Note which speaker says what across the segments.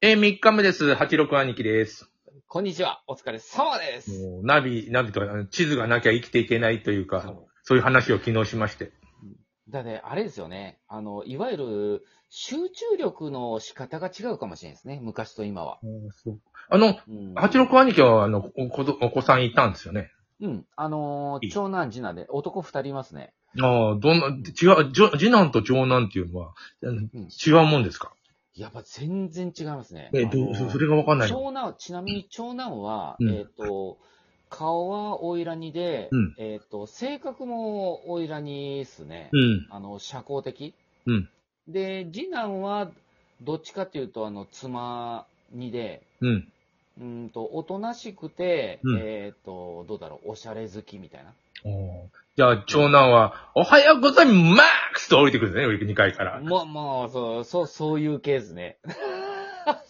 Speaker 1: えー、3日目です。86兄貴です。
Speaker 2: こんにちは。お疲れ様です。
Speaker 1: もうナビ、ナビとか、地図がなきゃ生きていけないというか、
Speaker 2: そ
Speaker 1: そういう話を昨日しまして。
Speaker 2: うだね、あれですよね。あの、いわゆる集中力の仕方が違うかもしれないですね。昔と今は。
Speaker 1: あの、
Speaker 2: うん。
Speaker 1: 86兄貴は、あの、お子どお子さんいたんですよね。
Speaker 2: うん。あのー、長男次男で男二人いますね。
Speaker 1: ああ、どんな、違う、じょ次男と長男っていうのは、うん
Speaker 2: うん
Speaker 1: 違うもんですか
Speaker 2: やっぱ全然違いますね。
Speaker 1: え、
Speaker 2: あの
Speaker 1: どう、
Speaker 2: ー
Speaker 1: そそれがわかんないの。
Speaker 2: 長男、ちなみに長男は、
Speaker 1: うん
Speaker 2: えっ、と、顔はオイラニで、
Speaker 1: うん
Speaker 2: えっ、と、性格もオイラニですね。
Speaker 1: うん。
Speaker 2: あの、社交的。
Speaker 1: うん
Speaker 2: で、次男は、どっちかっていうと、あの、妻にで、
Speaker 1: うん。
Speaker 2: うーんと、おとなしくて、
Speaker 1: うん
Speaker 2: えっ、と、どうだろう、おしゃれ好きみたいな。
Speaker 1: あーじゃあ、長男は、おはようございますと降りてくるんですね、2階から。
Speaker 2: もう、もう、そう、そう、そういうケースね。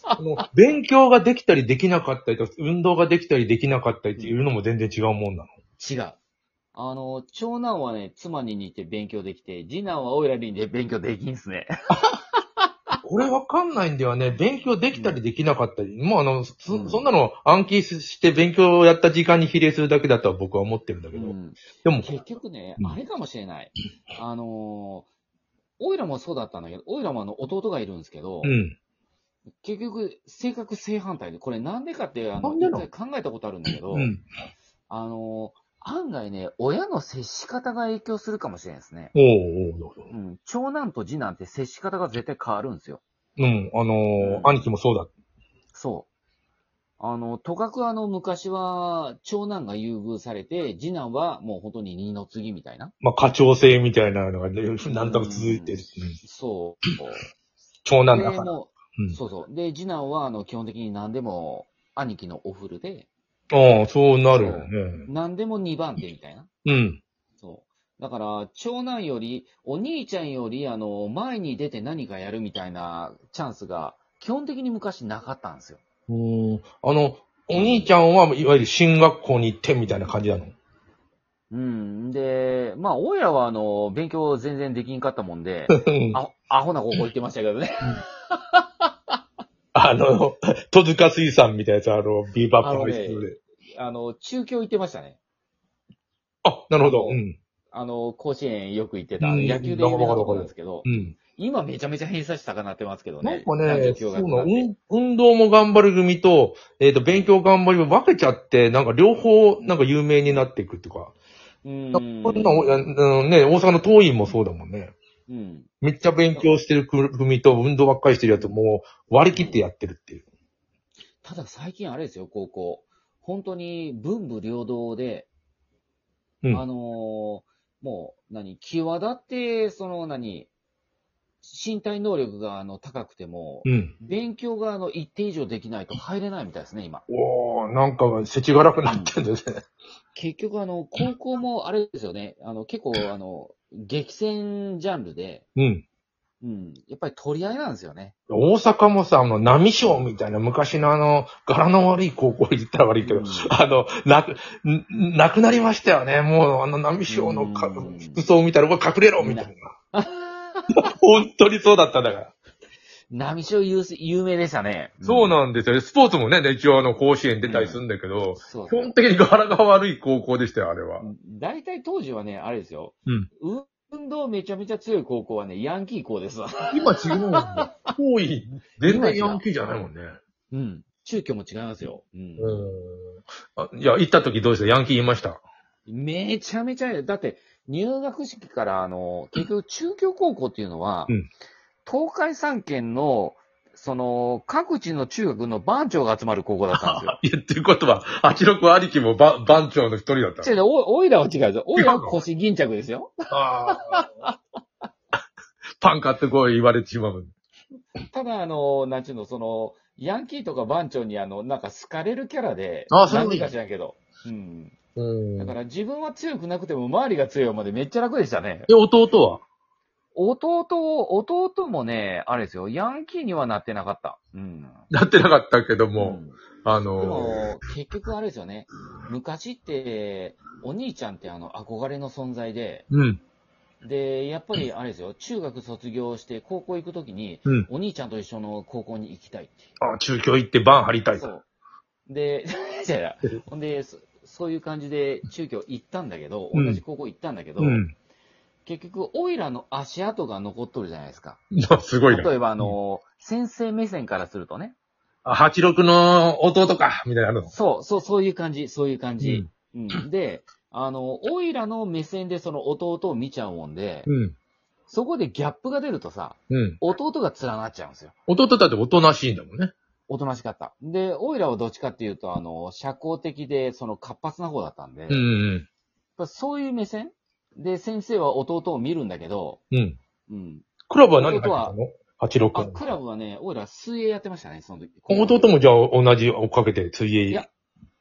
Speaker 1: あの、勉強ができたりできなかったりとか、運動ができたりできなかったりっていうのも全然違うもんなの。
Speaker 2: 違う。あの、長男はね、妻に似て勉強できて、次男はオイラにで勉強できんすね。
Speaker 1: これわかんないんだよね。勉強できたりできなかったり。もうあの、
Speaker 2: う
Speaker 1: そ
Speaker 2: ん
Speaker 1: そんなの暗記して勉強をやった時間に比例するだけだとは僕は思ってるんだけ
Speaker 2: う
Speaker 1: ど。
Speaker 2: ん、
Speaker 1: でも、
Speaker 2: 結局ね
Speaker 1: う、ん
Speaker 2: あれかもしれない。あの、オイラもそうだったんだけど、オイラもあの、弟がいるんですけど、
Speaker 1: うん。
Speaker 2: 結局、性格正反対で、これなんでかって、あ
Speaker 1: な
Speaker 2: の、
Speaker 1: んで
Speaker 2: 一
Speaker 1: なの
Speaker 2: 回考えたことあるんだけど、
Speaker 1: うん。
Speaker 2: あの、案外ね、親の接し方が影響するかもしれないですね。
Speaker 1: おうおうおうおう
Speaker 2: うん。長男と次男って接し方が絶対変わるんですよ。
Speaker 1: うん。あのー
Speaker 2: うん
Speaker 1: 兄貴もそうだ。
Speaker 2: そう。あの、とかくあの、昔は、長男が優遇されて、次男はもう本当に二の次みたいな。
Speaker 1: まあ、課長制みたいなのが、ね、なんとなく続いてる。うん
Speaker 2: そう。
Speaker 1: 長男だ
Speaker 2: で
Speaker 1: から。
Speaker 2: も
Speaker 1: う。
Speaker 2: うんそうそう。で、次男は、あの、基本的に何でも、兄貴のおフルで、
Speaker 1: ああ、そうなるよね。
Speaker 2: 何でも2番手みたいな。
Speaker 1: うん。
Speaker 2: そう。だから、長男より、お兄ちゃんより、あの、前に出て何かやるみたいなチャンスが、基本的に昔なかったんですよ。
Speaker 1: うん。あの、お兄ちゃんはいわゆる進学校に行ってみたいな感じなの。
Speaker 2: うん。で、まあ、親は、あの、勉強全然できんかったもん で、
Speaker 1: うん
Speaker 2: あアホな高校行ってましたけどね。
Speaker 1: あの、戸塚水産みたいなやつ、あの、ビーバップハイスクールで。
Speaker 2: あの、中京行ってましたね。
Speaker 1: あ、なるほど。うん。
Speaker 2: あの、甲子園よく行ってた、
Speaker 1: うん
Speaker 2: 野球で有名なとこなんですけど
Speaker 1: う、ん。
Speaker 2: 今めちゃめちゃ偏差値高なってますけど
Speaker 1: なん
Speaker 2: ね。
Speaker 1: か
Speaker 2: 男
Speaker 1: ね
Speaker 2: 女、
Speaker 1: そ
Speaker 2: 共
Speaker 1: うな
Speaker 2: 学なん
Speaker 1: の、
Speaker 2: て
Speaker 1: 運運動も頑張る組と、えっ、と、勉強頑張りも分けちゃって、なんか両方、なんか有名になっていくっていうか。
Speaker 2: うん
Speaker 1: こんな、おあのね、大阪の当院もそうだもんね。
Speaker 2: うん。
Speaker 1: めっちゃ勉強してる組と運動ばっかりしてるやつもう割り切ってやってるっていう。
Speaker 2: ただ最近あれですよ、高校。本当に文武両道で、
Speaker 1: うん
Speaker 2: あのーもう、何、際立って、その、何、身体能力が、あの、高くても、
Speaker 1: うん。
Speaker 2: 勉強が、あの、一定以上できないと入れないみたいですね、今。
Speaker 1: おー、なんか、世知辛くなってんだよね。
Speaker 2: 結局、あの、高校も、あれですよね、あの、結構、あの、激戦ジャンルで、
Speaker 1: うん。
Speaker 2: うん、やっぱり取り合いなんですよね。
Speaker 1: 大阪もさ、あの、波章みたいな昔のあの、柄の悪い高校行ったら悪いけど、
Speaker 2: うん
Speaker 1: あの、なく、んなくなりましたよね。もう、あの、波章のか
Speaker 2: うん
Speaker 1: 服装みたいな、これ隠れろみたいな。 本当にそうだったんだから。
Speaker 2: 波潮有有名でしたね。
Speaker 1: そうんなんですよね。スポーツもね、一応あの、甲子園出たりするんだけど、
Speaker 2: そう
Speaker 1: 基本的に柄が悪い高校でしたよ、あれは。
Speaker 2: 大体当時はね、あれですよ。
Speaker 1: うん
Speaker 2: 運動めちゃめちゃ強い高校はね、ヤンキー校ですわ。
Speaker 1: 今違うんだ。遠い。全然ヤンキーじゃないもんね。
Speaker 2: うん。中京も違いますよ。うん。
Speaker 1: うん。あいや、行った時どうでしたヤンキーいました。
Speaker 2: めちゃめちゃ、だって、入学式から、あの、結局中京高校っていうのは、
Speaker 1: うん
Speaker 2: 東海三県の、その、各地の中学の番長が集まる高校だったんで す
Speaker 1: い
Speaker 2: よ。
Speaker 1: や、っていうことは、八六兄貴もば番長の一人だった
Speaker 2: 違う違
Speaker 1: の。
Speaker 2: う、おおいらは違うですよ。おいらは腰巾着ですよ。
Speaker 1: あーパン買ってこい言われてしまう。
Speaker 2: ただ、あの、なんちゅうの、その、ヤンキーとか番長に、あの、なんか好かれるキャラで、
Speaker 1: あそうい
Speaker 2: な
Speaker 1: うんのいい
Speaker 2: でか知らんけど。うん。
Speaker 1: う
Speaker 2: だか
Speaker 1: ん。
Speaker 2: ら自分は強くなくても周りが強いまでめっちゃ楽でしたね。
Speaker 1: で、弟は
Speaker 2: 弟を、弟もね、あれですよ、ヤンキーにはなってなかった。うん。
Speaker 1: なってなかったけども、
Speaker 2: ん
Speaker 1: あ
Speaker 2: で
Speaker 1: の
Speaker 2: も、結局あれですよね、昔って、お兄ちゃんってあの、憧れの存在で、
Speaker 1: ー、うん。
Speaker 2: で、やっぱりあれですよ、中学卒業して高校行くときに、
Speaker 1: うん
Speaker 2: お兄ちゃんと一緒の高校に行きたいっていう。
Speaker 1: あ、中京行ってバン張りたい
Speaker 2: そ
Speaker 1: と。
Speaker 2: う。で、 じゃほんで、そそういう感じで中京行ったんだけど、
Speaker 1: うん
Speaker 2: 同じ高校行ったんだけど、
Speaker 1: うん。
Speaker 2: 結局、オイラの足跡が残っとるじゃないですか。
Speaker 1: なすごいな。
Speaker 2: 例えば、あの、先生目線からするとね。
Speaker 1: あ、86の弟かみたいなのあるの。
Speaker 2: そう、そう、そういう感じ、そういう感
Speaker 1: う
Speaker 2: じ
Speaker 1: ん。
Speaker 2: うん で、あの、オイラの目線でその弟を見ちゃうもんで、
Speaker 1: うん。
Speaker 2: そこでギャップが出るとさ、
Speaker 1: うん。
Speaker 2: 弟が連なっちゃうんですよ。
Speaker 1: 弟だっておとなしいんだもんね。
Speaker 2: おとなしかった。で、オイラはどっちかっていうと、あの、社交的で、その活発な方だったん
Speaker 1: うん
Speaker 2: で、やっ
Speaker 1: うん
Speaker 2: ぱそういう目線で、先生は弟を見るんだけど、
Speaker 1: うん。うん。
Speaker 2: うん。
Speaker 1: クラブは何入ってたの ?86
Speaker 2: あ、
Speaker 1: の。
Speaker 2: クラブはね、オイラ水泳やってましたね、その時。
Speaker 1: 弟もじゃあ同じ追っかけて水泳。
Speaker 2: いや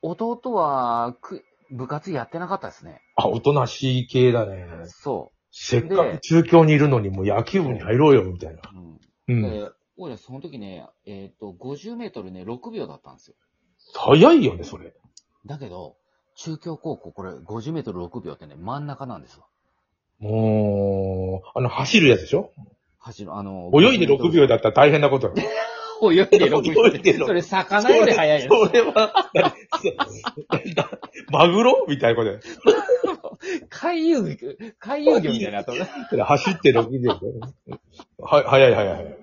Speaker 2: 弟は、く、部活やってなかったですね。
Speaker 1: あ、おとなしい系だね。
Speaker 2: そ
Speaker 1: せっか
Speaker 2: で
Speaker 1: く中京にいるのにもう野球部に入ろうよ、みたいな。
Speaker 2: う。うん。
Speaker 1: うん。
Speaker 2: で、オイラその時ね、えっ、と、50メートルね、6秒だったんですよ。
Speaker 1: 早いよね、それ。
Speaker 2: だけど、中京高校、これ50メートル6秒ってね、真ん中なんですわ。
Speaker 1: もう、あの、走るやつでしょ
Speaker 2: 走る、あの、
Speaker 1: 泳いで6秒だったら大変なことだよ。
Speaker 2: 泳いで6秒。
Speaker 1: 泳いで6秒
Speaker 2: それ、魚より早いよ。
Speaker 1: それは、何そマグロみたいなことだよ
Speaker 2: 海遊魚、海遊魚みたいなと。
Speaker 1: それ走って6秒だよ。は、早い早い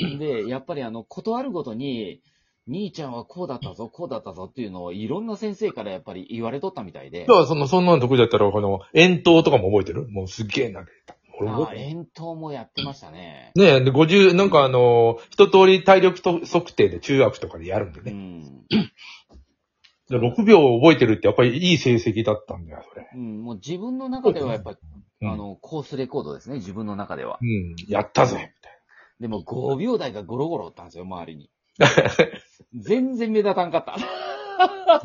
Speaker 1: 早い。
Speaker 2: で、やっぱりあの、断るごとに、兄ちゃんはこうだったぞ、こうだったぞっていうのをいろんな先生からやっぱり言われとったみたいで
Speaker 1: だ。から、その、そんなの得意だったら、この、遠投とかも覚えてるもうすっげえ投げた。俺も
Speaker 2: あ
Speaker 1: 覚
Speaker 2: あ、
Speaker 1: えてる。
Speaker 2: 遠投もやってましたね。
Speaker 1: ねえ、で、50、なんかあの、一通り体力と測定で中学とかでやるんで
Speaker 2: う
Speaker 1: ね。
Speaker 2: ん。
Speaker 1: で6秒を覚えてるってやっぱりいい成績だったんだよ、それ。
Speaker 2: うん、もう自分の中ではやっぱ、
Speaker 1: うん
Speaker 2: あの、コースレコードですね、自分の中では
Speaker 1: う。ん、やったぜ。
Speaker 2: でも5秒台がゴロゴロおったんですよ、周り に。全然目立たんかった。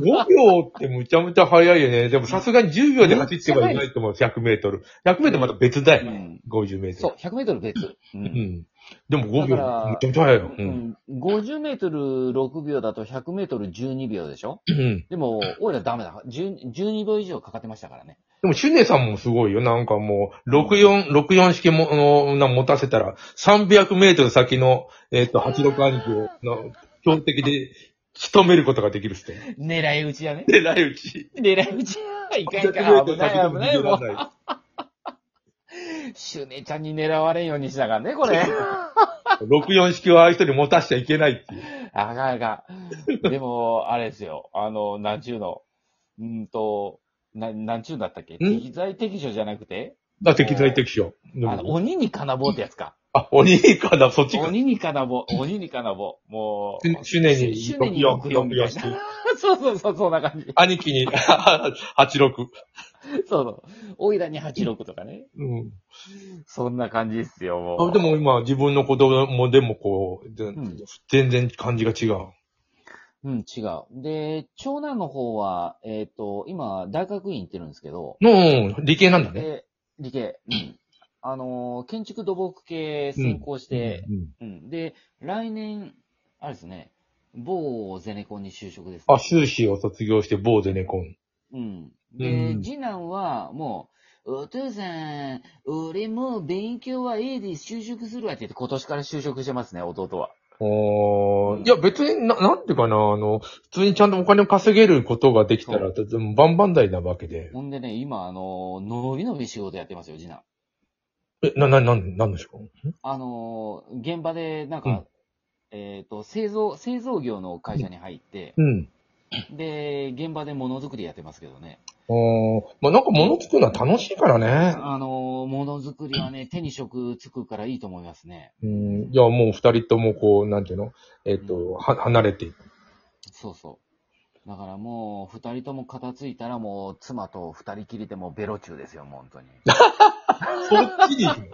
Speaker 1: 5秒ってむちゃむちゃ早いよね。でもさすがに10秒で走ってはいないと思う、100メートル。100メートルまた別だよね。
Speaker 2: うん
Speaker 1: 50メー
Speaker 2: そ
Speaker 1: ト
Speaker 2: う、100メートル別。う。
Speaker 1: ル。うんん。でも5秒、む
Speaker 2: だから
Speaker 1: ちゃむちゃ早いよ。う。
Speaker 2: うんん、50メートル6秒だと100メートル12秒でしょ
Speaker 1: うん。
Speaker 2: でも、俺らダメだ。10 12秒以上かかってましたからね。
Speaker 1: でも、シュネさんもすごいよ。なんかもう、64、64式も、あの、な持たせたら、300メートル先の、えっ、と、86兄貴を、の、標的で、仕留めることができるっすね。
Speaker 2: 狙い撃ちやね。
Speaker 1: で、ライ打ち。
Speaker 2: 狙い 撃ちや。いかんい
Speaker 1: 300メ
Speaker 2: か
Speaker 1: ー
Speaker 2: ん。
Speaker 1: トル
Speaker 2: 危ない危ない。もう
Speaker 1: 先、の
Speaker 2: シュネちゃんに狙われんようにしながらね、こ れ。
Speaker 1: 64式をああいう人に持たしちゃいけないっていう。
Speaker 2: あかんあかん。でも、あれですよ。あの、なんちゅうの。うんと、な、なんちゅうんだったっけ適材適所じゃなくて、
Speaker 1: だ、適材適所。
Speaker 2: あの、鬼に金棒ってやつか。
Speaker 1: あ、鬼かな、そっちか。
Speaker 2: 鬼に金棒、鬼に金棒。もう、
Speaker 1: シュネに
Speaker 2: シュネに
Speaker 1: 64
Speaker 2: 64みたいな。 そうそうそう、そんな感じ。
Speaker 1: 兄貴に 86。
Speaker 2: そうそう。おいらに86とかね。
Speaker 1: うん。
Speaker 2: そんな感じですよ、もう。
Speaker 1: あでも今、自分の子供でもこう、で
Speaker 2: ん
Speaker 1: 全然感じが違う。
Speaker 2: うん、違う。で、長男の方は、えっ、と、今、大学院行ってるんですけど、
Speaker 1: の、理系なんだね。
Speaker 2: で、理系、うん。あのー、建築土木系専攻して、
Speaker 1: うん
Speaker 2: うん、で、来年、あれですね、某ゼネコンに就職です、
Speaker 1: あ、修士を卒業して某ゼネコン。
Speaker 2: うん。で、
Speaker 1: うん
Speaker 2: 次男は、もう、お父さん、俺もう勉強はええで就職するわって言って、今年から就職してますね、弟は。
Speaker 1: おーいや、別にな、なんていうかな、あの、普通にちゃんとお金を稼げることができたら、でもバンバンダイなわけで。
Speaker 2: ほんでね、今、あのー、のびのび仕事やってますよ、次男。
Speaker 1: え、な、な、なん、なんですか
Speaker 2: あのー、現場で、なんか、
Speaker 1: うん
Speaker 2: えっ、と、製造、製造業の会社に入って、
Speaker 1: うん。
Speaker 2: で、現場でものづくりやってますけどね。
Speaker 1: あーまあ、なんか物作るのは楽しいからね。
Speaker 2: あのー、ものづくりはね、手に職つくからいいと思いますね。
Speaker 1: うん、いや、もう二人ともこう、なんていうのえっ、と、は、離れていく。
Speaker 2: そうそう。だからもう、二人とも片付いたらもう、妻と二人きりでもうベロ中ですよ、もう本当に。
Speaker 1: そっちに行くの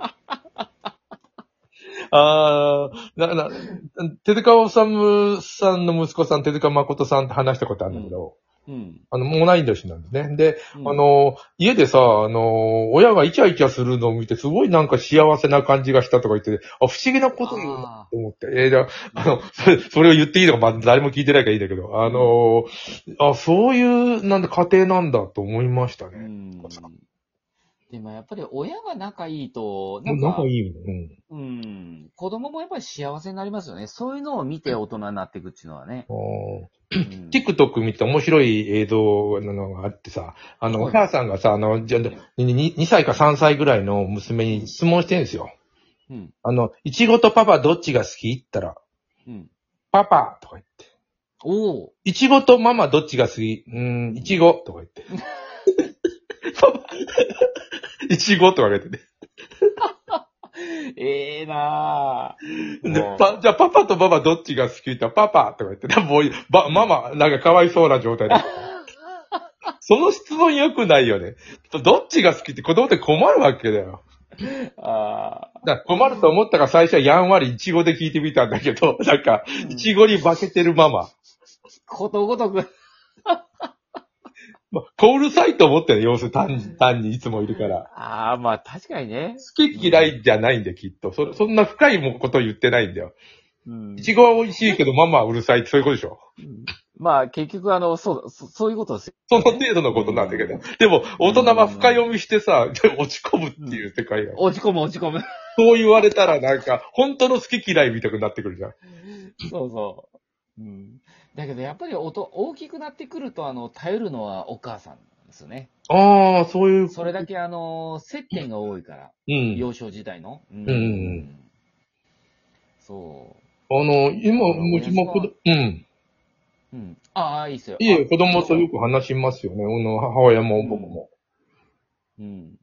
Speaker 1: あー、な、な、手塚治虫さんの息子さん、手塚誠さんって話したことあるんだけど、
Speaker 2: うん。
Speaker 1: あの、もう同い年なんですね。で、
Speaker 2: うん
Speaker 1: あ、の、家でさ、あの、親がイチャイチャするのを見て、すごいなんか幸せな感じがしたとか言ってて、あ、不思議なこと言うな
Speaker 2: あ
Speaker 1: と思って。えーじゃあ、あの、それ、それを言っていいのか、まあ、誰も聞いてないからいいんだけど、あのーあ、そういう、なんで、家庭なんだと思いました
Speaker 2: ーう
Speaker 1: ね。
Speaker 2: ん。でもやっぱり親が仲いいと、なんか
Speaker 1: 仲い、いよね。
Speaker 2: うん、子供もやっぱり幸せになりますよね。そういうのを見て大人になっていくっていうのはね。
Speaker 1: うん。あー
Speaker 2: うん
Speaker 1: TikTok 見て面白い映像なのがあってさ、あの、
Speaker 2: はい
Speaker 1: お母さんがさ、あの、じゃに 2, 歳か3歳ぐらいの娘に質問してるんですよ。
Speaker 2: うん、
Speaker 1: あの、いちごとパパどっちが好きって言ったら、
Speaker 2: うん。
Speaker 1: パパとか言って。
Speaker 2: おお
Speaker 1: いちごとママどっちが好きうーん、いちごとか言 って。パパ、いちごとか言ってね。
Speaker 2: ええなぁ。
Speaker 1: で
Speaker 2: もう
Speaker 1: パじゃあパパとママどっちが好きって言ったらパパとか言って、もう、ば、ママ、なんかかわいそうな状態で。その質問良くないよね。どっちが好きって子供って困るわけだよ。
Speaker 2: あ
Speaker 1: だから困ると思ったから最初はやんわりいちごで聞いてみたんだけど、なんか、
Speaker 2: ー
Speaker 1: いちごに化けてるママ。
Speaker 2: ことごとく。
Speaker 1: まあコールサイト持ってる、要するに単に、単にいつもいるから。
Speaker 2: ああ、まあ確かにね。
Speaker 1: 好き嫌いじゃないんだよ、きっと。そ、そんな深いもんこと言ってないんだよ。
Speaker 2: うん
Speaker 1: いちごは美味しいけど、ママはうるさいってそういうことでしょ
Speaker 2: まあ結局あの、そう、そそういうことですよ。
Speaker 1: その程度のことなんだけど。でも、大人は深読みしてさ、で落ち込むっていう世界が。
Speaker 2: 落ち込む落ち込む。
Speaker 1: そう言われたらなんか、本当の好き嫌いみたくなってくるじゃん。
Speaker 2: そうそう。うん。だけどやっぱりおと大きくなってくるとあの、頼るのはお母さんなんですよね。
Speaker 1: ああ、そういう。
Speaker 2: それだけあの、接点が多いから。
Speaker 1: うん。
Speaker 2: 幼少時代の。うん
Speaker 1: うんうん
Speaker 2: そ
Speaker 1: あの、今、うちも子ど、うん。
Speaker 2: う。うん。ああ、いいっすよ。
Speaker 1: いえ、子供と
Speaker 2: そう
Speaker 1: よく話しますよね。あの母親も僕も。
Speaker 2: うん。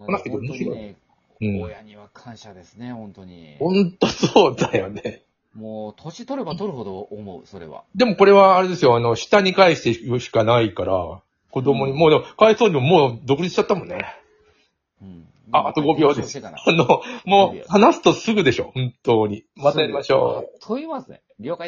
Speaker 2: だ
Speaker 1: 話してて
Speaker 2: 本
Speaker 1: 面
Speaker 2: 当に
Speaker 1: 白い
Speaker 2: ね、
Speaker 1: うん。
Speaker 2: 親には感謝ですね、本当に。
Speaker 1: ほんとそうだよね。
Speaker 2: もう、年取れば取るほど思う、それは。
Speaker 1: でもこれはあれですよ、あの、下に返していくしかないから、子供に、もうでも、返そうにももう独立しちゃったもんね。
Speaker 2: うん。
Speaker 1: ああと5秒です
Speaker 2: そうしてかな
Speaker 1: あの、もう話すとすぐでしょ、本当に。またやりましょう。
Speaker 2: と言いますね。了解